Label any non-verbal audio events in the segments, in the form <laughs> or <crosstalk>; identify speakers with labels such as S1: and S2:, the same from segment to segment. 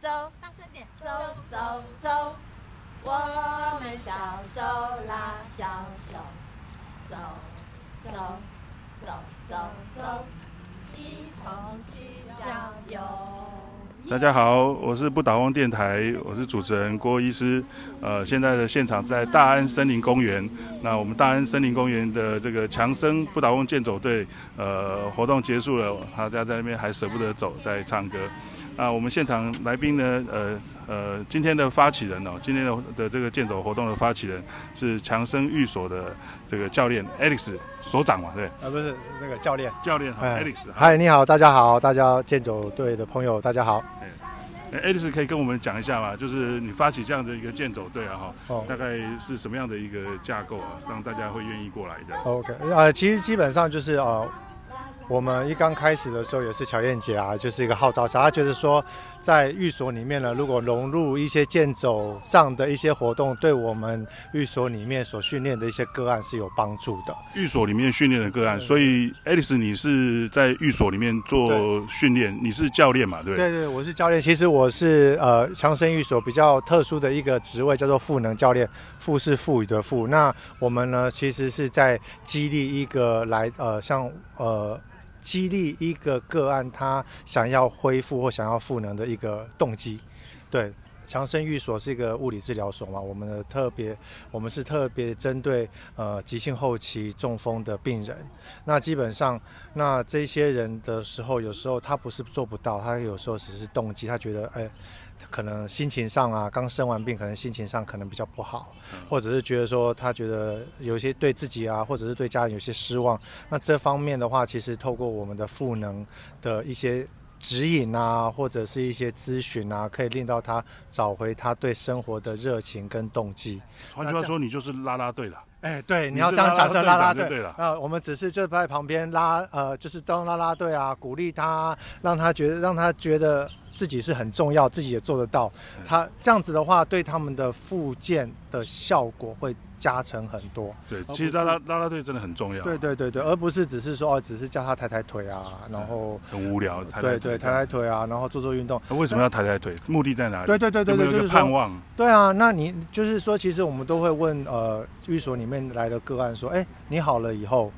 S1: 走，
S2: 大声点，
S1: 走走走，我们小手拉小手，走走走走走，一同去郊游。
S3: 大家好，我是不倒翁电台，我是主持人郭医师。呃，现在的现场在大安森林公园。那我们大安森林公园的这个强生不倒翁健走队，呃，活动结束了，大家在那边还舍不得走，在唱歌。那我们现场来宾呢，呃呃，今天的发起人哦，今天的的这个健走活动的发起人是强生寓所的这个教练 Alex 所长嘛，对，
S4: 啊，不是那个教练。
S3: 教练哈
S4: 哎
S3: 啊 Alex
S4: 嗨，你好，大家好，大家健走队的朋友，大家好。
S3: 哎，Alice 可以跟我们讲一下吗？就是你发起这样的一个健走队啊，哈、
S4: 哦
S3: 大概是什么样的一个架构啊，让大家会愿意过来的？
S4: ，OK，呃，其实基本上就是呃，我们一刚开始的时候也是乔燕姐啊，就是一个号召者，她觉得说在寓所里面呢，如果融入一些健走杖的一些活动，对我们寓所里面所训练的一些个案是有帮助的。
S3: 寓所里面训练的个案，所以 Alice 你是在寓所里面做
S4: 对
S3: 训练，你是教练嘛，对不
S4: 对对，我是教练。其实我是呃强生育所比较特殊的一个职位，叫做赋能教练。赋是赋予的赋。那我们呢，其实是在激励一个来呃，像呃。激励一个个案，他想要恢复或想要赋能的一个动机。对，强生育所是一个物理治疗所嘛，我们的特别，我们是特别针对呃急性后期中风的病人。那基本上那这些人的时候，有时候他不是做不到，他有时候只是动机，他觉得哎。可能心情上啊，刚生完病，可能心情上可能比较不好，或者是觉得说他觉得有一些对自己啊，或者是对家人有些失望。那这方面的话，其实透过我们的赋能的一些指引啊，或者是一些咨询啊，可以令到他找回他对生活的热情跟动机。
S3: 换句话说，你就是啦啦队了。
S4: 哎，对，你
S3: 你
S4: 要
S3: 是
S4: 这样
S3: 啦
S4: 假
S3: 啦
S4: 设
S3: 队
S4: 啦啦
S3: 长就
S4: 队
S3: 对了
S4: 啊，我们只是就在旁边拉，呃，就是当啦啦队啊，鼓励他，让他觉得，让他觉得自己是很重要，自己也做得到。他这样子的话，对他们的复健的效果会加成很多。
S3: 对，
S4: 啊不
S3: 其实
S4: 是
S3: 啦啦啦啦队真的很重要，啊
S4: 对，啊对对对，而不是只是说哦，只是叫他抬抬腿啊，然后
S3: 很无聊。抬抬
S4: 对
S3: 腿
S4: 对抬抬腿啊，然后做做运动。
S3: 那为什么要抬抬腿？目的在哪里？
S4: 对对对对
S3: 有没
S4: 对，
S3: 有一个
S4: 就是说
S3: 盼望。
S4: 对啊，那你就是说，其实我们都会问呃，寓所里面来的个案说，哎，你好了以后，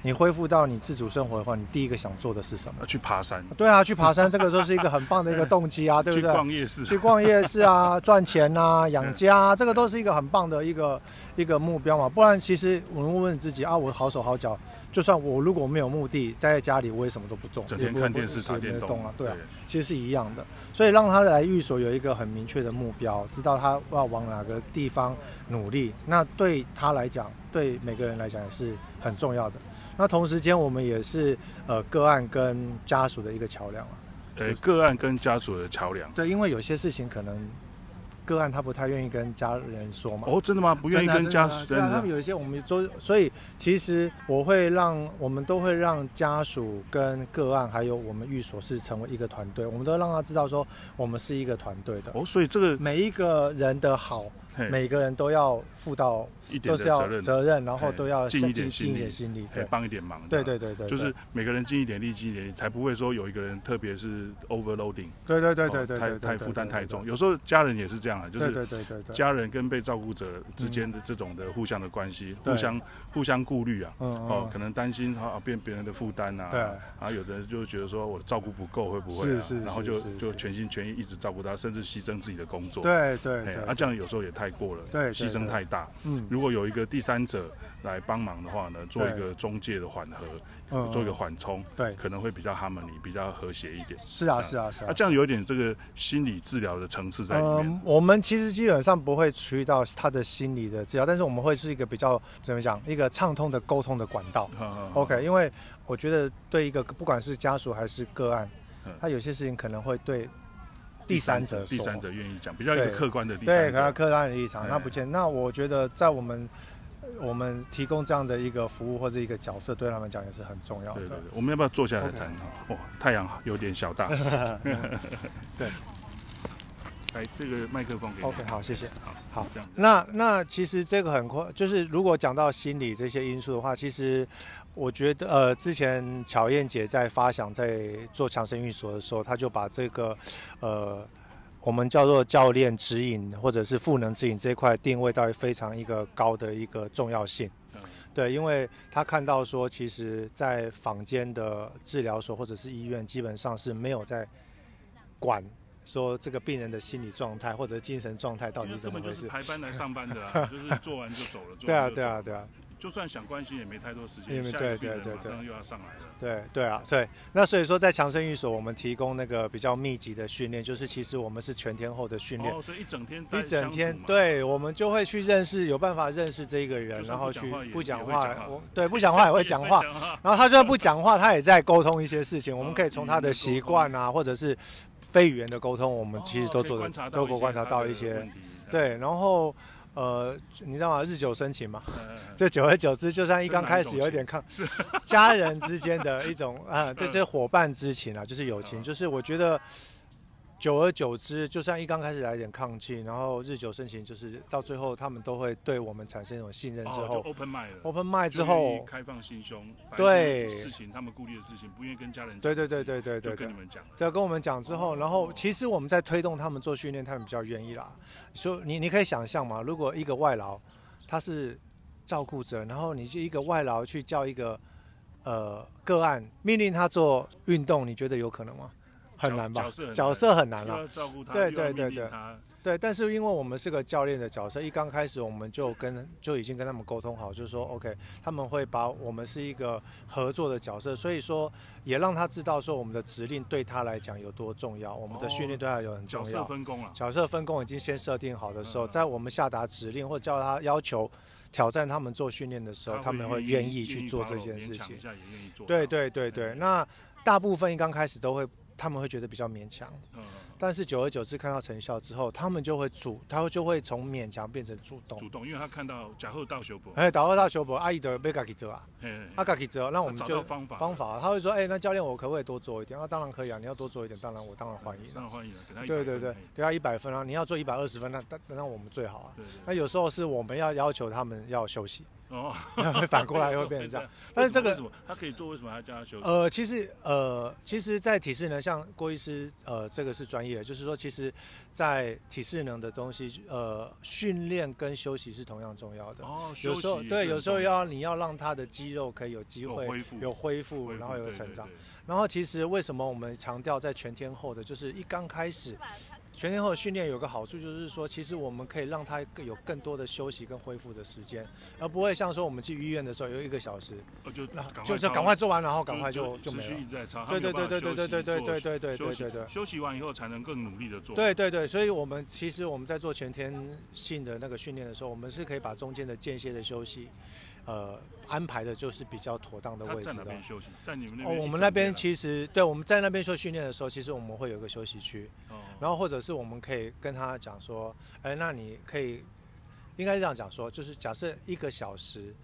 S4: 你恢复到你自主生活的话，你第一个想做的是什么？
S3: 去爬山，
S4: 对啊，去爬山这个就是一个很棒的一个动机啊，对
S3: <laughs>
S4: 不
S3: 去
S4: 对？
S3: 逛夜市，
S4: 去逛夜市啊，赚钱啊，养家、啊，这个都是一个很棒的一个一个目标嘛。不然，其实我们问问自己啊，我好手好脚，就算我如果没有目的，待在家里，我也什么都不做，
S3: 整
S4: 也
S3: 天
S4: 不
S3: 看电视
S4: 不是
S3: 打
S4: 也
S3: 电
S4: 没动
S3: 动
S4: 啊，对啊。其实是一样的，所以让他来寓所有一个很明确的目标，知道他要往哪个地方努力。那对他来讲，对每个人来讲也是很重要的。那同时间，我们也是呃个案跟家属的一个桥梁啊。
S3: 呃，个案跟家属的桥梁。
S4: 对，因为有些事情可能个案他不太愿意跟家人说嘛。
S3: 哦，真的吗？不愿意
S4: 真的啊
S3: 跟家
S4: 真的啊
S3: 属，
S4: 对啊，他们有一些我们都，所以其实我会让我们都会让家属跟个案，还有我们寓所是成为一个团队，我们都让他知道说我们是一个团队的，
S3: 哦，所以这个
S4: 每一个人的好，
S3: 嘿
S4: 每个人都要负到，
S3: 一点的
S4: 都是
S3: 责
S4: 要
S3: 任，
S4: 责任，然后
S3: 嘿
S4: 都要
S3: 尽一点
S4: 尽
S3: 心
S4: 一
S3: 力
S4: 点心力，
S3: 嘿
S4: 对，
S3: 帮一点忙。
S4: 对
S3: 这样
S4: 对对对，
S3: 就是每个人尽一点力，尽一点力，才不会说有一个人特别是 overloading，
S4: 对对对
S3: 哦
S4: 对对
S3: 太
S4: 对，
S3: 太
S4: 对
S3: 负担
S4: 对
S3: 太
S4: 对
S3: 重。有时候家人也是这样啊，就
S4: 对
S3: 是
S4: 对对对对，
S3: 家人跟被照顾者之间的这种的互相的关系，
S4: 嗯对
S3: 互相互相顾虑啊。
S4: 嗯
S3: 哦
S4: 嗯，，
S3: 可能担心啊变别人的负担啊，
S4: 对
S3: 然后有的人就觉得说我照顾不够会不会、啊，
S4: 是是
S3: 然后
S4: 是
S3: 就是就是全心全意一直照顾他，甚至牺牲自己的工作，
S4: 对对
S3: 哎
S4: 对，
S3: 啊这样有时候也太过了，
S4: 对对
S3: 牺牲太大。
S4: 嗯
S3: 如果有一个第三者来帮忙的话呢，做一
S4: 对
S3: 个中介的缓和，
S4: 嗯，
S3: 做一个
S4: 嗯
S3: 缓冲，
S4: 对，
S3: 可能会比较 harmony，比较和谐一点。
S4: 是啊是啊是
S3: 啊，
S4: 啊。
S3: 这样有一点这个心理治疗的层次在里面。
S4: 嗯，我们其实基本上不会处理到他的心理的治疗，但是我们会是一个比较怎么讲，一个畅通的沟通的管道。
S3: 嗯嗯嗯
S4: OK，因为我觉得对一个不管是家属还是个案
S3: 嗯，
S4: 他有些事情可能会对第三者
S3: 第
S4: 说，
S3: 三者愿意讲，比较一个
S4: 对
S3: 客观的第三
S4: 对，可能
S3: 者。
S4: 客观的立场，
S3: 哎
S4: 那不见。那我觉得在我们我们提供这样的一个服务或者一个角色，对他们讲也是很重要的。
S3: 对对对，我们要不要坐下来
S4: OK
S3: 谈？哇，太阳有点小
S4: <laughs>
S3: 大。
S4: 对，
S3: 来这个麦克风给你。
S4: OK，好，谢谢。好
S3: 这样子
S4: 那那其实这个很快，就是如果讲到心理这些因素的话，其实我觉得呃，之前乔燕姐在发想在做强生运所的时候，她就把这个呃。我们叫做教练指引或者是赋能指引这一块定位到底非常一个高的一个重要性。
S3: 嗯
S4: 对，因为他看到说，其实，在坊间的治疗所或者是医院，基本上是没有在管说这个病人的心理状态或者精神状态到
S3: 因
S4: 底
S3: 为
S4: 是
S3: 根
S4: 怎么
S3: 本
S4: 回
S3: 就
S4: 事
S3: 是。排班来上班的
S4: <laughs>
S3: 啦，就是做完就走了。做完就
S4: 对啊，
S3: 走
S4: 对啊，，对啊。
S3: 就算想关心也没太多时
S4: 因
S3: 间，
S4: 为
S3: 下一
S4: 对
S3: 个病
S4: 对对
S3: 人马
S4: 对
S3: 上又要上来了。
S4: 对对啊，对。那所以说，在强生育所，我们提供那个比较密集的训练，就是其实我们是全天候的训练，
S3: 哦，所以一整天待
S4: 一整
S3: 相处
S4: 天
S3: 嘛，
S4: 对我们就会去认识，有办法认识这一个人，
S3: 就算
S4: 然后
S3: 不讲
S4: 去
S3: 话也也会
S4: 不讲话
S3: 讲，话
S4: 我对不讲话也会
S3: <laughs>
S4: 讲话，
S3: 也会讲话
S4: 然后他就算不讲话，他也在沟通一些事情。我们可以
S3: 哦
S4: 从
S3: 语
S4: 他
S3: 言的
S4: 的
S3: 沟
S4: 习
S3: 通
S4: 惯啊，或者是非语言的沟通，我们其实都
S3: 哦可以
S4: 做得
S3: 观察到
S4: 都
S3: 一些
S4: 观察
S3: 他
S4: 到
S3: 的
S4: 一些
S3: 问。题，
S4: 对，然后呃，你知道吗？日久生情嘛，
S3: 嗯，嗯嗯
S4: 就久而久之，就像一
S3: 是
S4: 刚
S3: 哪
S4: 开
S3: 一
S4: 始
S3: 种
S4: 有
S3: 情
S4: 点抗 <laughs> 家人之间的一种啊，对，就是伙伴之情啊，就是友情，
S3: 嗯
S4: 就是我觉得。久而久之，就算一刚开始来点抗拒，然后日久生情，就是到最后他们都会对我们产生一种信任
S3: 哦
S4: 之
S3: 就
S4: 后、
S3: open mind 了。
S4: o p e n mind 之
S3: 就愿
S4: 后
S3: 意，开放心胸，把
S4: 对
S3: 一些事情他们顾虑的事情，不愿意跟家人讲
S4: 对
S3: 的
S4: 对
S3: 事
S4: 对
S3: 情
S4: 对对对
S3: 就跟
S4: 对
S3: 你，们讲了。
S4: 对，跟我们讲之后，
S3: 哦
S4: 然后其实我们在推动他们做训练，他们比较愿意啦。所以你你可以想象嘛，如果一个外劳他是照顾者，然后你就一个外劳去叫一个呃个案命令他做运动，你觉得有可能吗？很难吧
S3: 角色很？难
S4: 角色很难
S3: 又
S4: 啦。
S3: 要照顾他，
S4: 对
S3: 又要
S4: 对对
S3: 命令
S4: 对
S3: 他
S4: 对，但是因为我们是个教练的角色，一刚开始我们就跟就已经跟他们沟通好，就是说 OK，他们会把我们是一个合作的角色，所以说也让他知道说我们的指令对他来讲有多重要，我们的训练对他有很
S3: 哦角
S4: 重要。
S3: 色分工啊了。
S4: 角色分工已经先设定好的时候，
S3: 嗯
S4: 在我们下达指令或叫他要求挑战他们做训练的时候，他们会愿意去做这件事
S3: 勉强
S4: 情
S3: 一。下也愿意做。
S4: 对，对对对，
S3: 嗯
S4: 那大部分一刚开始都会，他们会觉得比较勉强。
S3: 嗯，
S4: 但是久而久之看到成效之后，他们就会主，他就会从勉强变成主动
S3: 主。动，因为他看到假后到修博，
S4: 哎，打到大球博，阿姨的被嘎给折啊，
S3: 嘿
S4: 阿嘎给折，那我们
S3: 找
S4: 就
S3: 到方法了
S4: 方法，他会说，哎，那教练我可不可以多做一点？那、当然可以啊，你要多做一点，当然我当然欢迎啊。
S3: 嗯那欢迎了给他100分。
S4: 对对对
S3: 嘿，
S4: 对啊，一百分啊，你要做一百二十分，那那那我们最好啊。
S3: 对对
S4: 那有时候是我们要要求他们要休息， <laughs>
S3: 对。哦，
S4: 反过来会变成这
S3: <laughs>
S4: 样。但是这
S3: 为什
S4: 个
S3: 么他可以做，为什么还要叫他休息？
S4: 呃，其实呃，其实，在体适能，像郭医师呃，这个是专业的，就是说，其实，呃在体适能的东西，呃，训练跟休息是同样重要的。
S3: 哦，休
S4: 有时候
S3: 息
S4: 对，
S3: 也
S4: 有
S3: 很
S4: 时候
S3: 重
S4: 要你要让他的肌肉可以有机
S3: 有
S4: 会
S3: 恢复
S4: 有恢复，
S3: 恢
S4: 然后有
S3: 对
S4: 成
S3: 对
S4: 长
S3: 对。对
S4: 然后其实为什么我们强调在全天候的，就是一刚开始全天候的训练有个好处就是说，其实我们可以让他有更多的休息跟恢复的时间，而不会像说我们去医院的时候有一个小时，
S3: 哦就
S4: 然后
S3: 赶快
S4: 就是
S3: 烧
S4: 赶快做完，然后赶快
S3: 就
S4: 就就
S3: 持
S4: 没
S3: 续一
S4: 了
S3: 直。在抄，
S4: 对
S3: 他没有
S4: 对对
S3: 办法
S4: 对对对
S3: 休息
S4: 对对对
S3: 做休息
S4: 对对对
S3: 休息完以后才能更努力的做。
S4: 对对对，所以我们其实我们在做全天性的那个训练的时候，我们是可以把中间的间歇的休息，呃，安排的就是比较妥当的
S3: 他
S4: 位置
S3: 在哪
S4: 的。
S3: 边休息？在你们那
S4: 哦
S3: 边一整天啊？，
S4: 我们那边其实对我们在那边做训练的时候，其实我们会有一个休息区，
S3: 哦，
S4: 然后或者是我们可以跟他讲说，哎，那你可以应该是这样讲说，就是假设一个小时，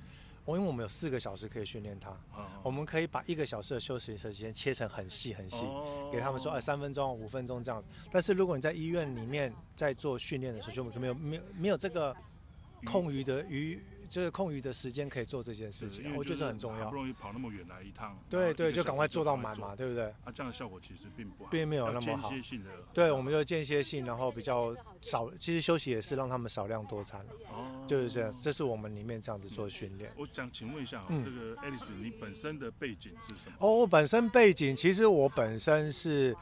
S4: 我因为我们有四个小时可以训练他，
S3: 哦
S4: 我们可以把一个小时的休息时间切成很细很细。
S3: 哦
S4: 给他们说，哎，三分钟、五分钟这样。但是如果你在医院里面在做训练的时候，就没有没有没有这个空余的余，就是空余的时间可以做这件事
S3: 是
S4: 情
S3: 因
S4: 啊，
S3: 为
S4: 我觉
S3: 就
S4: 得
S3: 是
S4: 这很重
S3: 好
S4: 要
S3: 不。容易跑那么远来一趟，然后
S4: 对
S3: 一
S4: 对，
S3: 个
S4: 就
S3: 小
S4: 赶
S3: 时
S4: 快做到
S3: 赶快
S4: 满嘛，
S3: 做，
S4: 对不对？
S3: 啊，这样的效果其实并不好，
S4: 并没有那么好
S3: 要间歇性的
S4: 对，我们就间歇性，然后比较少，其实休息也是让他们少量多餐了，
S3: 哦，
S4: 就是这样。这是我们里面这样子做训练。
S3: 我想请问一下哦，
S4: 嗯
S3: 这个 Alice，你本身的背景是什么？
S4: 哦，我本身背景其实我本身是，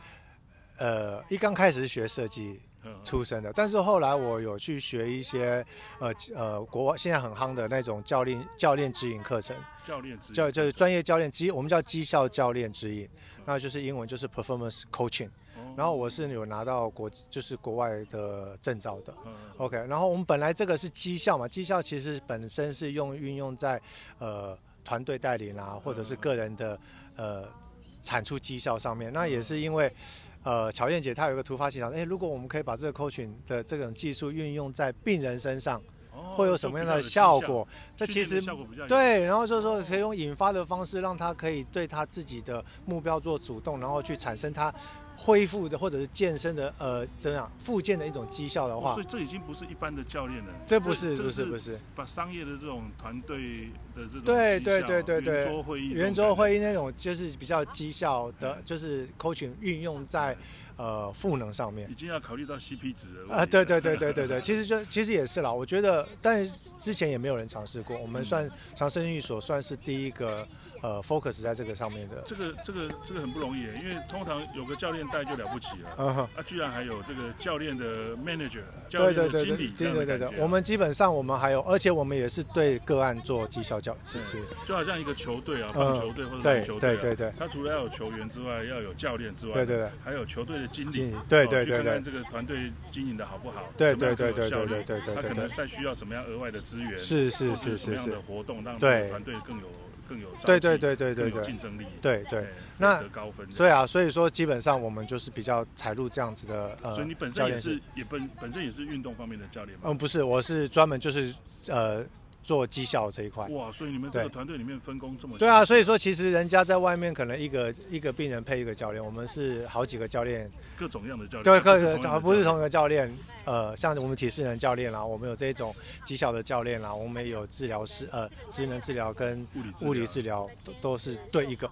S4: 呃，一刚开始是学设计
S3: 嗯
S4: 出身的，但是后来我有去学一些呃呃国外现在很夯的那种教练教练指引课程，
S3: 呃教练之
S4: 叫就是专业教练绩，我们叫绩效教练指引，那就是英文就是 performance coaching。然后我是有拿到国就是国外的证照的。OK，然后我们本来这个是绩效嘛，绩效其实本身是用运用在呃团队带领啊，或者是个人的呃产出绩效上面。那也是因为呃乔燕姐她有一个突发奇想，哎，如果我们可以把这个 coaching 的这种技术运用在病人身上，
S3: 哦
S4: 会有什么样的效？果？这其实
S3: 训练的效果比较有
S4: 对，然后就是说可以用引发的方式，让他可以对他自己的目标做主动，然后去产生他恢复的或者是健身的呃怎样复健的一种绩效的
S3: 哦
S4: 话
S3: 所以，这已经不是一般的教练了，
S4: 这不是
S3: 这
S4: 不是
S3: 这
S4: 不是
S3: 把商业的这种团队的这种
S4: 对
S3: 绩
S4: 对
S3: 效
S4: 对对对
S3: 圆桌会议这种感觉，
S4: 圆桌会议那种就是比较绩效的，就是 coaching 运用在呃赋能上面
S3: 已。经要考虑到 CP 值了
S4: 啊，对对对对对对，其实就其实也是啦，我觉得，但是之前也没有人尝试过，我们算长生育所算是第一个呃 focus 在这个上面的，
S3: <laughs> 这个这个这个很不容易，因为通常有个教练带就了不起了，
S4: 嗯哼。
S3: 啊，居然还有这个教练的 manager，教
S4: 对
S3: 练
S4: 对
S3: 的
S4: 对
S3: 经
S4: 对
S3: 理这
S4: 对
S3: 样的
S4: 对
S3: 感
S4: 对
S3: 觉啊
S4: 对，我们基本上我们还有，而且我们也是对个案做绩效教支持。
S3: 就好像一个球队啊，
S4: 嗯
S3: 棒球队或者
S4: 对
S3: 篮球队、啊，
S4: 对对对
S3: 他除了要有球员之外，要有教练之外，
S4: 对对对
S3: 还有球队的经
S4: 经
S3: 理
S4: 理，对
S3: 哦
S4: 对
S3: 去
S4: 对
S3: 看看
S4: 对
S3: 这个团队经营的好不好，
S4: 对
S3: 怎么样
S4: 对对
S3: 更有
S4: 对
S3: 效率
S4: 对对对对
S3: 他可
S4: 对
S3: 能
S4: 对
S3: 再需要什么样额外的资源，
S4: 是是
S3: 或者
S4: 是
S3: 什么
S4: 是
S3: 样
S4: 是
S3: 的，活动让
S4: 对
S3: 团队更有更有朝气
S4: 对对对对对
S3: 更有
S4: 对
S3: 竞争力，
S4: 对对
S3: 哎，
S4: 那
S3: 获得高分，
S4: 所以啊，所以说基本上我们就是比较采入这样子的呃
S3: 所以你本
S4: 教
S3: 身也
S4: 练
S3: 是也本本身也是运动方面的教练嘛，
S4: 嗯，不是，我是专门就是呃做绩效这一块。
S3: 哇，所以你们这个
S4: 哦对
S3: 团队里面分工这么
S4: 对啊，
S3: 细
S4: 所以说其实人家在外面可能一个一个病人配一个教练，我们是好几个教练
S3: 各种样的教练，
S4: 对，
S3: 各
S4: 可
S3: 种样
S4: 是
S3: 的教练
S4: 不是同一个教练，呃，像我们体适能教练啦，我们有这种技巧的教练啦，我们也有治疗师，呃，职能治疗跟
S3: 物理治疗
S4: 物理治疗都都是对一个，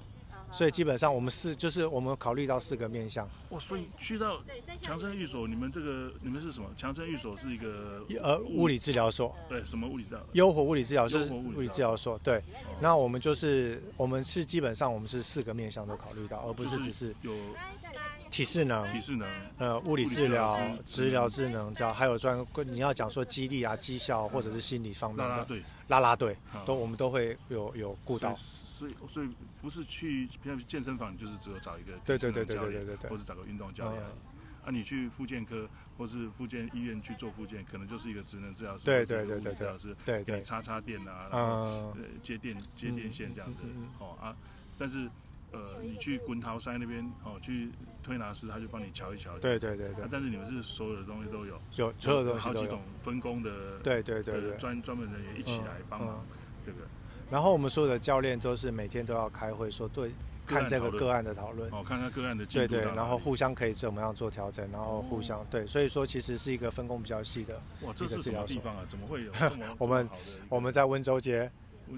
S4: 所以基本上我们四就是我们考虑到四个面向，
S3: 哇，所以去到强生寓所，你们这个你们是什么？强生寓所是一个
S4: 呃，物理治疗所，
S3: 对什么物理治疗？
S4: 优活物理治疗
S3: 优
S4: 是
S3: 活物理
S4: 物理治
S3: 治疗
S4: 疗所，对，那我们就是我们是基本上我们是四个面向都考虑到，而不是只是
S3: 有
S4: 体适能，
S3: 体适能，
S4: 呃，物理
S3: 物理
S4: 治
S3: 治疗嗯
S4: 疗
S3: 师、
S4: 治疗智能治疗，还有专你要讲说激励啊、绩效或者是心理方面
S3: 啦
S4: 的
S3: 啦，队，嗯
S4: 啦啦队
S3: 好
S4: 都我们都会有有顾到。
S3: 所以所以所以不是去像健身房，你就是只有找一个
S4: 对对
S3: 体适能
S4: 对对
S3: 教练
S4: 对对对对
S3: 或者找个运动教练而
S4: 嗯
S3: 已。啊，你去复健科或是复健医院去做复健，可能就是一个职能治疗师，
S4: 对对
S3: 或者
S4: 对对
S3: 一个物理治疗师，
S4: 对
S3: 给
S4: 对
S3: 你插插电啊，然后
S4: 嗯，
S3: 呃接电接电线这样子、哦啊，但是呃你去滚桃山那边哦去推拿师，他就帮你瞧一瞧，
S4: 对对对对
S3: 啊，，但是你们是所有的东西都有，
S4: 有所有东西
S3: 好
S4: 都
S3: 几
S4: 有
S3: 种。分工的，
S4: 对对对
S3: 的
S4: 对。嗯
S3: 专专门人员一起来帮忙这个。
S4: 然后我们所有的教练都是每天都要开会，说对看这个
S3: 讨论
S4: 个案的讨论。
S3: 哦，看他个案的进
S4: 对
S3: 度
S4: 对，
S3: 到哪里嗯
S4: 然后互相可以怎么样做调整，然后互相对，所以说其实是一个分工比较细的。
S3: 哇，这
S4: 一
S3: 是什
S4: 个治
S3: 么
S4: 疗所
S3: 地方啊？怎么会有这么
S4: <laughs> 我们我们在温州街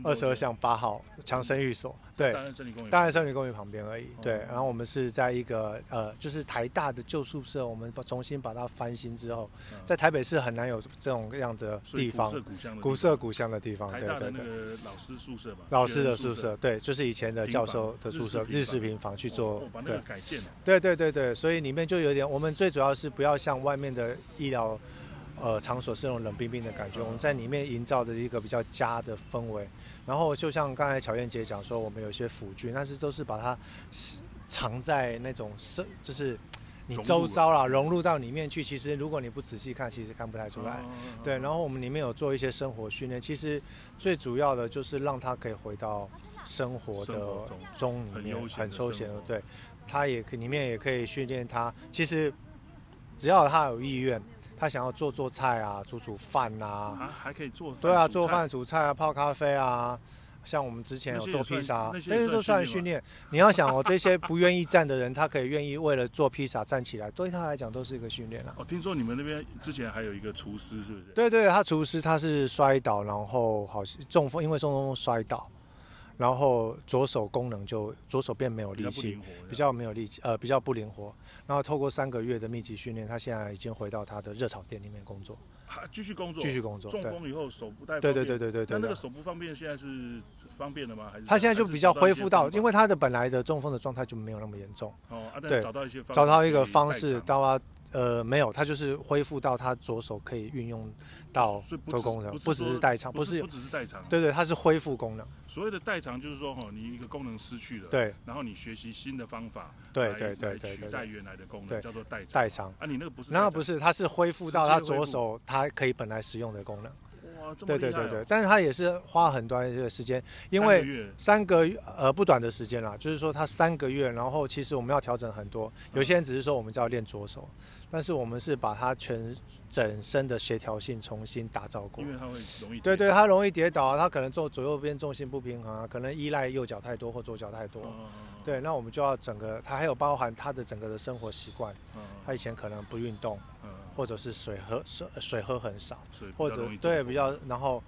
S4: 二十二
S3: 项
S4: 巷八号强生寓所，对
S3: 大，安森林公园，
S4: 大安少女公园旁边而已。对，
S3: 哦
S4: 然后我们是在一个呃，就是台大的旧宿舍，我们把重新把它翻新之后，
S3: 嗯
S4: 在台北市很难有这种样的
S3: 所以
S4: 地方
S3: 古，色古香的地
S4: 古色古香的地
S3: 方
S4: 方。
S3: 台
S4: 对
S3: 大的
S4: 对
S3: 那
S4: 对，
S3: 个老师宿舍嘛，
S4: 老师的
S3: 学
S4: 宿
S3: 生
S4: 舍，对，就是以前的教授的宿舍，
S3: 平房
S4: 日式平房去做
S3: 哦，把那
S4: 对
S3: 个改建了。
S4: 对对对对，所以里面就有点，我们最主要是不要像外面的医疗。呃，场所是那种冷冰冰的感觉，我们在里面营造的一个比较家的氛围。然后就像刚才乔燕姐讲说，我们有一些辅具，但是都是把它是藏在那种生，就是你
S3: 融入
S4: 周遭啦，融入到里面去。其实如果你不仔细看，其实看不太出来。
S3: 哦
S4: 对，然后我们里面有做一些生活训练，其实最主要的就是让他可以回到生活的
S3: 生活
S4: 中里
S3: 很
S4: 面
S3: 悠，闲
S4: 很
S3: 的
S4: 休
S3: 生
S4: 闲的
S3: 活，
S4: 对，他也可以里面也可以训练他。其实只要他有意愿，他想要做做菜啊，煮煮饭啊，
S3: 啊，还可以做
S4: 对啊，
S3: 煮
S4: 做
S3: 菜
S4: 饭、煮菜啊，泡咖啡啊。像我们之前
S3: 那
S4: 有
S3: 些
S4: 做
S3: 也算
S4: 披萨啊，
S3: 那些也
S4: 这些都
S3: 算
S4: 算
S3: 训
S4: 训练。你要想哦，这些不愿意站的人，他可以愿意为了做披萨站起来，对他来讲都是一个训练啊。
S3: 哦，听说你们那边之前还有一个厨师，是不是？
S4: 对对，他厨师他是摔倒，然后好像中风，因为中风摔倒，然后左手功能就左手变没有
S3: 比
S4: 力
S3: 较不
S4: 气
S3: 灵，活，
S4: 比较没有力气，呃，比较不灵活。然后透过三个月的密集训练，他现在已经回到他的热炒店里面工作，
S3: 还继续工作，
S4: 继续工作。
S3: 中
S4: 对
S3: 风以后手不太
S4: 对
S3: 方
S4: 对
S3: 便
S4: 对对对
S3: 那
S4: 对
S3: 那个
S4: 对。
S3: 手不方便，现在是方便了吗？还是
S4: 他现在就比较恢复到，因
S3: 为
S4: 为他的本来的中风的状态就没有那么严重，
S3: 哦，啊、但
S4: 对
S3: 找到一些方
S4: 找到一
S3: 可
S4: 个
S3: 以
S4: 方
S3: 代
S4: 式
S3: 偿
S4: 到他呃没有，他就是恢复到他左手可以运用到
S3: 所以不
S4: 多
S3: 只
S4: 功能，
S3: 不
S4: 不
S3: 是
S4: 只是
S3: 说
S4: 代偿，
S3: 不
S4: 不是
S3: 不只是代偿。
S4: 对对，他是恢复功能，
S3: 所谓的代偿就是说，哦，你一个功能失去了，，
S4: 对。
S3: 然后你学习新的方法，
S4: 对
S3: 来
S4: 对对
S3: 来
S4: 对
S3: 取
S4: 对
S3: 代
S4: 对，
S3: 原来的功能，
S4: 对
S3: 叫做代偿。
S4: 代偿。
S3: 啊，你那个不是代偿，
S4: 那不是，它是恢复到
S3: 直接恢
S4: 他
S3: 复
S4: 左手它可以本来使用的功能。
S3: 哇，哦，这么
S4: 对
S3: 厉害
S4: 对
S3: 哦
S4: 对对，，但是他也是花很短的这个时间，因
S3: 三个
S4: 为
S3: 月
S4: 三个月呃不短的时间啦，就是说他三个月，然后其实我们要调整很多，
S3: 嗯
S4: 有些人只是说我们只要练左手，但是我们是把他全整身的协调性重新打造过
S3: 因。为它会容易
S4: 对
S3: 跌
S4: 对，他容易跌倒啊，他可能重左右边重心不平衡啊，可能依赖右脚太多或左脚太多。
S3: 倒，哦
S4: 对，那我们就要整个，他还有包含他的整个的生活习惯，
S3: 哦
S4: 他以前可能不运动，
S3: 哦哦
S4: 或者是水喝水水喝很少，
S3: 所以比较
S4: 或者
S3: 容易中
S4: 对
S3: 风
S4: 比较，然后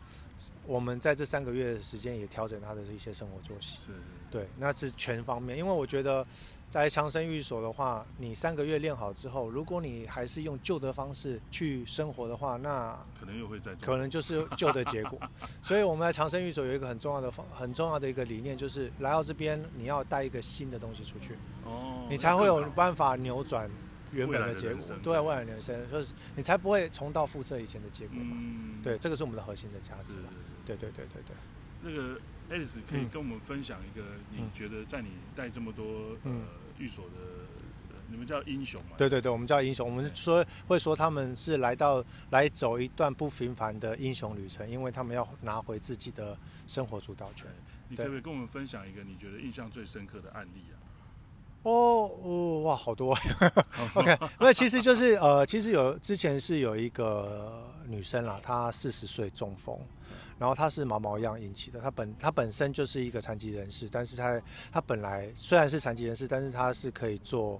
S4: 我们在这三个月的时间也调整他的一些生活作息，
S3: 是是
S4: 对，那是全方面。因为我觉得在强生育所的话，你三个月练好之后，如果你还是用旧的方式去生活的话，那
S3: 可能又会再中
S4: 可能就是旧的结果。 <laughs> 所以我们在长生育所有一个很重要的方很重要的一个理念，就是来到这边你要带一个新的东西出去，
S3: 哦，
S4: 你
S3: 那
S4: 才会
S3: 更
S4: 有
S3: 好
S4: 办法扭转原本
S3: 未来
S4: 的
S3: 的
S4: 结
S3: 人
S4: 果
S3: 生，
S4: 对未来的人生，就是你才不会重蹈覆辙以前的结果嘛。
S3: 嗯
S4: 对，这个是我们的核心的价值
S3: 是
S4: 了。对对对对对。
S3: 那个 Alice 可以
S4: 嗯
S3: 跟我们分享一个，你
S4: 嗯
S3: 觉得在你带这么多呃
S4: 嗯
S3: 寓所的，呃你们叫英雄嘛？
S4: 对对对，我们叫英雄，我们说会说他们是来到来走一段不平凡的英雄旅程，因为他们要拿回自己的生活主导权。
S3: 你可
S4: 对
S3: 不可以跟我们分享一个你觉得印象最深刻的案例啊？
S4: 哦，哦哇，好多
S3: <laughs>
S4: ！OK，那其实就是呃，其实有之前是有一个女生啦，她四十岁中风，然后她是毛毛样引起的，她本她本身就是一个残疾人士，但是她她本来虽然是残疾人士，但是她是可以做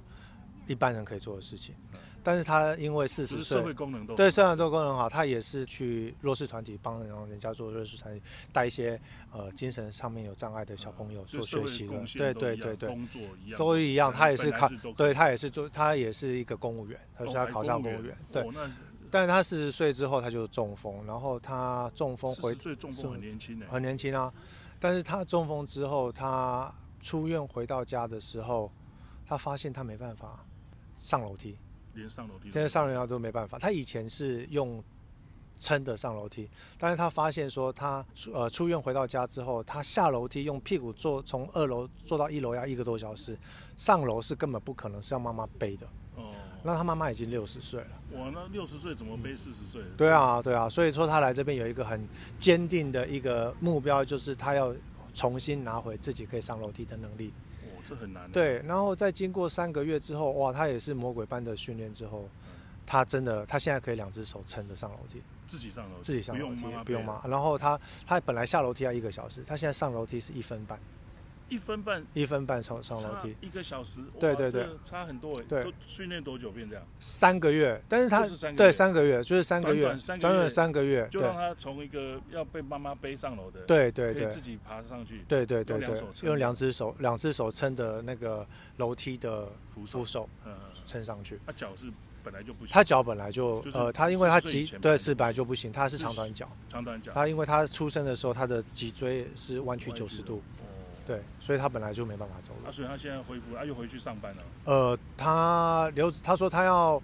S4: 一般人可以做的事情，但是她因为四
S3: 就
S4: 十
S3: 是
S4: 岁
S3: 社会功能都
S4: 对，虽然多功能好，他也是去弱势团体帮人人家做弱势团体，带一些呃精神上面有障碍的小朋友
S3: 就
S4: 做
S3: 嗯社
S4: 学
S3: 会
S4: 习的
S3: 贡，献
S4: 对
S3: 都
S4: 对
S3: 一样
S4: 对对，
S3: 工作一样
S4: 都一样。
S3: 本来
S4: 他也是
S3: 本来
S4: 考
S3: 是都，可以
S4: 对他也是做，他也是一个公务员，他
S3: 哦
S4: 说他
S3: 还
S4: 考上
S3: 公
S4: 公
S3: 务
S4: 务员，对
S3: 哦。那
S4: 但是他四十岁之后他就中风，然后他中风
S3: 四
S4: 回
S3: 十岁中
S4: 是
S3: 风很年轻呢，
S4: 很年轻啊，但是他中风之后，他出院回到家的时候，他发现他没办法上楼梯。
S3: 连上楼梯都
S4: 现在上人家都没办法。他以前是用撑的上楼梯，但是他发现说他出呃出院回到家之后，他下楼梯用屁股坐，从二楼坐到一楼要一个多小时，上楼是根本不可能，是要妈妈背的。
S3: 哦，
S4: 那他妈妈已经六十岁了。
S3: 哇，那六十岁怎么背四十岁？
S4: 对，啊，对啊，所以说他来这边有一个很坚定的一个目标，就是他要。重新拿回自己可以上楼梯的能力，
S3: 哦，这很难。，
S4: 对，然后在经过三个月之后，哇，他也是魔鬼般的训练之后，他真的，他现在可以两只手撑着上楼梯，
S3: 自己上楼梯，
S4: 自己上楼梯
S3: 妈妈
S4: 不用
S3: 背了啊
S4: 吗？？然后他他本来下楼梯要一个小时，他现在上楼梯是一分半，
S3: 一分半
S4: 一分半上上楼
S3: 差
S4: 梯
S3: 一个小时，
S4: 对
S3: 哇
S4: 对
S3: 这
S4: 对
S3: 差很多哎。
S4: 对
S3: 都训练多久变这样？
S4: 三个月，但是他
S3: 就是三个
S4: 对
S3: 月
S4: 三个月就是三个月
S3: 短短，三个
S4: 短
S3: 月
S4: 短三个月，
S3: 就让
S4: 对
S3: 他从一个要被妈妈背上楼的，，
S4: 对对
S3: 可以
S4: 对
S3: 自己爬上去
S4: 对对
S3: 用
S4: 对
S3: 两
S4: 对
S3: 手，撑
S4: 用两只手两只手撑着那个楼梯的
S3: 扶手
S4: 扶。手
S3: 嗯嗯，嗯
S4: 撑上去。
S3: 他脚是本来就不行，
S4: 他脚本来就
S3: 就是
S4: 呃，他因为他
S3: 四十岁以
S4: 脊
S3: 前本来
S4: 对
S3: 就是
S4: 本来就不行，他是长短脚，
S3: 长短脚，
S4: 他因为他出生的时候他的脊椎是弯曲
S3: 弯
S4: 九十
S3: 的
S4: 度，。
S3: 哦，
S4: 对，所以他本来就没办法走路
S3: 啊，。所以他现在恢复，啊，又回去上班了。
S4: 呃，他留他说他要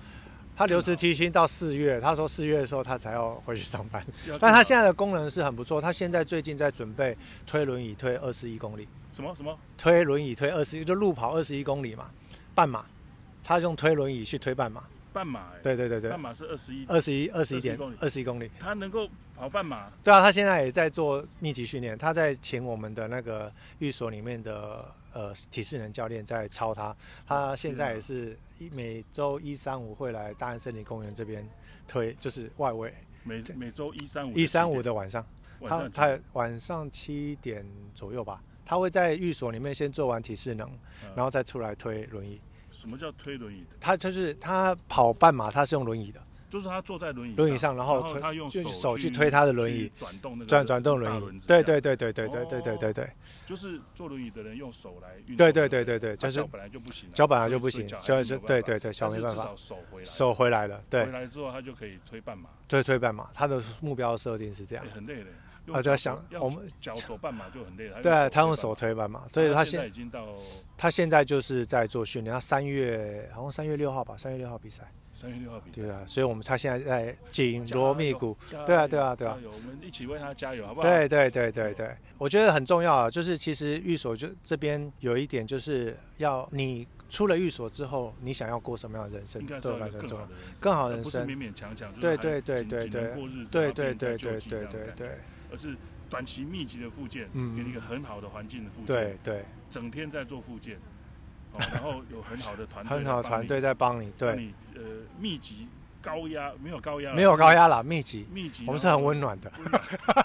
S4: 他留职提薪到四月，他说四月的时候他才要回去上
S3: <laughs>
S4: 班。但他现在的功能是很不错，他现在最近在准备推轮椅推二十一公里，
S3: 在什么什么？
S4: 推轮椅推二十一就路跑二十一公里嘛，半马，他用推轮椅去推半马。
S3: 半马、欸，
S4: 对对对对
S3: 半，马是二十一，
S4: 二十一二十一点
S3: 公里
S4: 二十一公里。
S3: 他能够跑半马，
S4: 对啊，他现在也在做密集训练，他在请我们的那个寓所里面的呃体适能教练在操他。他现在也是一每周一三五会来大安森林公园这边推，就是外围
S3: 每每周一三五，
S4: 一三五的晚上，
S3: 晚
S4: 他
S3: 上
S4: 他晚上七点左右吧，他会在寓所里面先做完体适能，
S3: 嗯
S4: 然后再出来推轮椅。
S3: 什么叫推轮椅？
S4: 他就是他跑半马，他是用轮椅的，
S3: 就是他坐在轮椅
S4: 轮椅上然后推
S3: 他用
S4: 就
S3: 手
S4: 手去推他的轮椅
S3: 去转动那个
S4: 转转动
S3: 大
S4: 轮
S3: 轮
S4: 椅
S3: 子。
S4: 对
S3: 这样，
S4: 对对对对对对对对对。
S3: 就是坐轮椅的人用手来运动，
S4: 对对对对对
S3: 他
S4: 就是
S3: 脚本来就不行啊，
S4: 脚本来就不
S3: 所以
S4: 行
S3: 脚还
S4: 所以
S3: 是
S4: 是
S3: 没有办法
S4: 对对对脚
S3: 但是
S4: 没办
S3: 至
S4: 法
S3: 少手回来，
S4: 手回来了，对
S3: 回，来之后他就可以推半马，
S4: 对推半马，他的目标设定是这样
S3: 哎，。很累的。用
S4: 啊，
S3: 脚
S4: 对，想
S3: 要
S4: 我们
S3: 脚走半马就很累了，
S4: 对啊
S3: 他
S4: 他用手推半马，所以他
S3: 现在
S4: 现
S3: 已经到
S4: 他现在就是在做训练。他三月好像三月六号吧，三月六号比赛，
S3: 三月六号比赛。
S4: 对啊，所以我们他现在在紧
S3: 加
S4: 锣
S3: 油
S4: 密鼓，，
S3: 加
S4: 对啊
S3: 油
S4: 对啊对啊
S3: 加油我们一起为他加油，好不好？
S4: 对对对对对，我觉得很重要啊，就是其实寓所就这边有一点，就是要你出了寓所之后，你想要过什么样的人生
S3: 应，该是
S4: 对我
S3: 要
S4: 来
S3: 有更
S4: 说很重
S3: 好
S4: 要
S3: 的。人生，
S4: 更好
S3: 而
S4: 人
S3: 不是
S4: 生
S3: 勉勉强强，就是还
S4: 对对对
S3: 仅
S4: 对
S3: 仅
S4: 对
S3: 能过日子，
S4: 对
S3: 然后不应
S4: 对
S3: 该
S4: 对
S3: 救
S4: 对
S3: 济
S4: 对
S3: 这样的
S4: 对
S3: 感觉
S4: 对
S3: 而是短期密集的复健，
S4: 嗯
S3: 给你一个很好的环境的复健，
S4: 对，对，
S3: 整天在做复
S4: <laughs>
S3: 健，哦然后有很好的团队，
S4: 很好的团队，在帮你，
S3: 帮
S4: 对，
S3: 你呃密集高压没有高压，
S4: 没有高，压啦，密集，
S3: 密集，
S4: 我们是很温暖的，
S3: 温
S4: <laughs>
S3: 暖，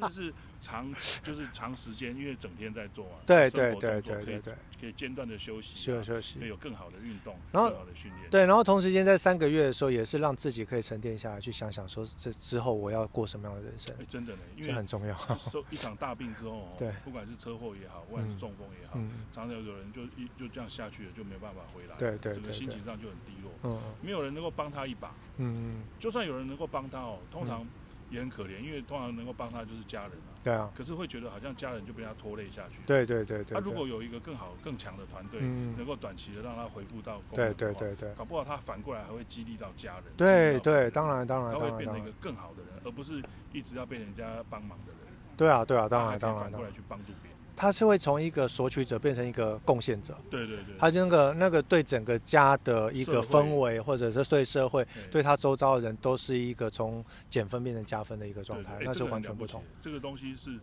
S3: 但是是长就是长时间，因为整天在做啊，
S4: 对
S3: 生
S4: 对
S3: 活
S4: 对
S3: 动作
S4: 对
S3: 可以
S4: 对对，
S3: 可以间断的休息
S4: 休
S3: 啊，
S4: 息休
S3: 可以
S4: 息，
S3: 有更好的运动，
S4: 然后
S3: 更好的训练，
S4: 对，然后同时间在三个月的时候，也是让自己可以沉淀下来，去想想说这之后我要过什么样的人生，
S3: 哎，真的呢，因
S4: 这
S3: 为
S4: 很重要。
S3: 受一场大病之后，哦
S4: 对
S3: 不管是车祸也好，不管是中风也好，
S4: 嗯，
S3: 常常有人就一就这样下去了，就没有办法回来，
S4: 对对
S3: 整个
S4: 对
S3: 心
S4: 对
S3: 情，上就很低落，
S4: 嗯
S3: 没有人能够帮他一把，
S4: 嗯嗯，
S3: 就算有人能够帮他哦，通常也很可怜，因为通常能够帮他就是家人啊，
S4: 对啊，
S3: 可是会觉得好像家人就被他拖累下去。
S4: 对对对对，
S3: 他、如
S4: 对
S3: 果有一个更好、更强的团队，
S4: 嗯
S3: 能够短期的让他恢复到功能
S4: 对
S3: 的
S4: 对
S3: 话，
S4: 对对
S3: 搞不好他反过来还会激励到家人。
S4: 对
S3: 激励到别
S4: 对，
S3: 人
S4: 当然当
S3: 他
S4: 然
S3: 会
S4: 当然
S3: 变成
S4: 当
S3: 一个
S4: 然，
S3: 更好的人，而不是一直要被人家帮忙的人。
S4: 对啊对啊，当
S3: 他还
S4: 然
S3: 可以
S4: 当然
S3: 反
S4: 当
S3: 过来
S4: 然，
S3: 去帮助别人。
S4: 他是会从一个索取者变成一个贡献者，
S3: 对对对，
S4: 他就那个那个对整个家的一
S3: 社
S4: 个
S3: 会
S4: 氛围，或者是对社会，
S3: 对
S4: 对他周遭的人，都是一个从减分变成加分的一个
S3: 对
S4: 状态
S3: 对，哎
S4: 那
S3: 这
S4: 是
S3: 个很
S4: 完
S3: 了
S4: 全
S3: 不
S4: 不
S3: 起
S4: 同。
S3: 这个东西是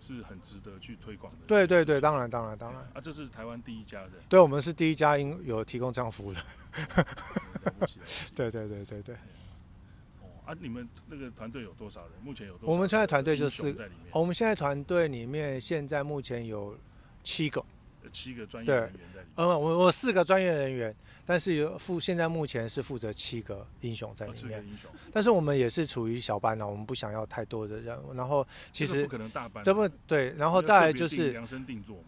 S3: 是很值得去推广的。
S4: 对对对，当然当然当然，
S3: 啊，这是台湾第一家的，
S4: 对我们是第一家因有提供这样服务的。 <laughs>
S3: 了不起了不起。
S4: 对对对对对，
S3: 哦啊，你们那个团队有多少人？目前有多少人？
S4: 我们现在团队就
S3: 英雄
S4: 四哦
S3: 在里面，
S4: 我们现在团队里面现在目前有七个，
S3: 呃七个专业
S4: 对
S3: 人员在里面。
S4: 嗯，我我四个专业人员，但是有负现在目前是负责七个英雄在
S3: 哦
S4: 里
S3: 四个
S4: 面，
S3: 英雄，
S4: 但是我们也是处于小班呢、啊我们不想要太多的人，然后其
S3: 这个
S4: 实
S3: 不可能大班啊，
S4: 这不对，然
S3: 然
S4: 后再来就是
S3: 量身定做嘛，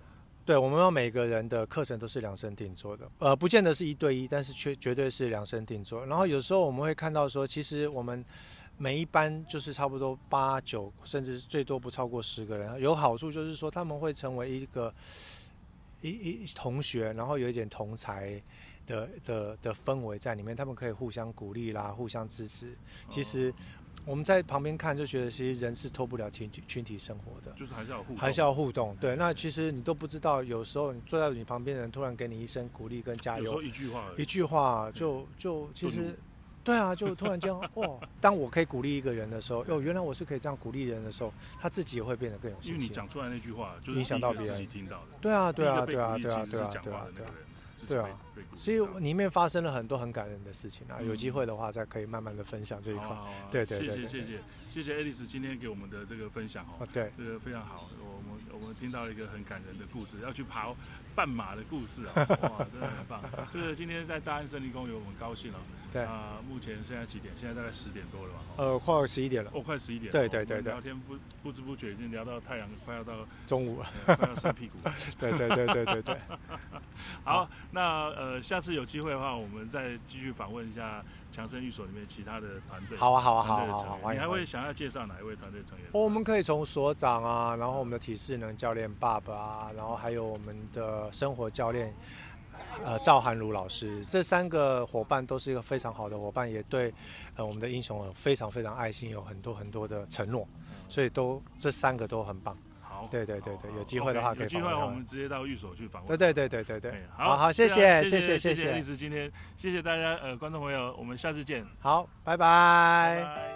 S4: 对，我们要每个人的课程都是量身定做的，呃，不见得是一对一，但是却绝对是量身定做。然后有时候我们会看到说，其实我们每一班就是差不多八九，甚至最多不超过十个人。有好处就是说他们会成为一个一一同学，然后有一点同才的的的氛围在里面，他们可以互相鼓励啦，互相支持。其
S3: 哦
S4: 实我们在旁边看就觉得，其实人是脱不了群体群体生活的
S3: 哦。就是还是要互动嗯
S4: 还是要互动，对。那其实你都不知道，有时候你坐在你旁边的人突然给你一声鼓励跟加
S3: 有时
S4: 油
S3: 候，一嗯句话而已
S4: 一句话就就其实，对啊，就突然间 <laughs> 哦，当我可以鼓励一个人的时候，哦，原来我是可以这样鼓励人的时候，他自己也会变得更有
S3: 因为
S4: 信
S3: 你
S4: 心。
S3: 讲出来那句话，就是
S4: 影响到
S3: 第一个
S4: 别人
S3: 自己听到的，
S4: 对啊，对啊，
S3: 第一
S4: 对
S3: 个
S4: 啊，
S3: 被鼓
S4: 对
S3: 励
S4: 啊，
S3: 其实
S4: 对啊
S3: 是，讲
S4: 对
S3: 话
S4: 啊
S3: 的，那
S4: 对
S3: 个
S4: 啊。
S3: 人，自己
S4: 对啊
S3: 被被鼓励
S4: 所以
S3: 到的
S4: 里面发生了很多很感人的事情啊，
S3: 嗯
S4: 有机会的话再可以慢慢的分享这一块。
S3: 好啊好啊
S4: 对对
S3: 谢
S4: 对
S3: 谢
S4: 对
S3: 谢谢谢谢 Alice 今天给我们的这个分享哦
S4: 哦，，对，
S3: 这个非常好，我们我们听到了一个很感人的故事，要去爬半马的故事啊，哇，真的很棒。这个今天在大安森林公园，我们很高兴啊。
S4: 对
S3: 啊、目前现在几点？现在大概十点多了吧？哦，
S4: 呃，快十一点了，
S3: 哦快十一点了。
S4: 对
S3: 哦
S4: 对
S3: 我
S4: 对
S3: 们
S4: 对
S3: 聊天不不知不觉已经聊到太阳快要到
S4: <laughs>
S3: <laughs>
S4: 中午了。
S3: 呃快要晒屁股了。
S4: 对对对对
S3: <laughs>
S4: 对对，
S3: 好，那呃，下次有机会的话，我们再继续访问一下强生寓所里面其他的团队。
S4: 好啊好啊好
S3: 团
S4: 啊
S3: 队的
S4: 好
S3: 成
S4: 啊
S3: 员，，
S4: 欢
S3: 你
S4: 迎。
S3: 还
S4: 欢迎哦
S3: 会想要介绍哪一位团队成员？
S4: 我们可以从所长啊，然后我们的体适能教练爸爸啊，然后还有我们的生活教练，呃，赵涵如老师，这三个伙伴都是一个非常好的伙伴，也对呃我们的英雄有非常非常爱心，有很多很多的承诺，
S3: 嗯
S4: 所以都这三个都很棒。
S3: 好，
S4: 对对对对
S3: 好
S4: 有机会的话
S3: OK，
S4: 可以
S3: 有机会
S4: 访问
S3: 的话
S4: 他
S3: 我
S4: 们
S3: 们直接到寓所去访问。
S4: 对对对对对对
S3: 哎，
S4: 好好，谢
S3: 非常谢
S4: 谢谢
S3: 谢
S4: 谢
S3: 谢，丽
S4: 谢，
S3: 子今天谢谢大家呃观众朋友，我们下次见，
S4: 好，拜拜
S3: 拜拜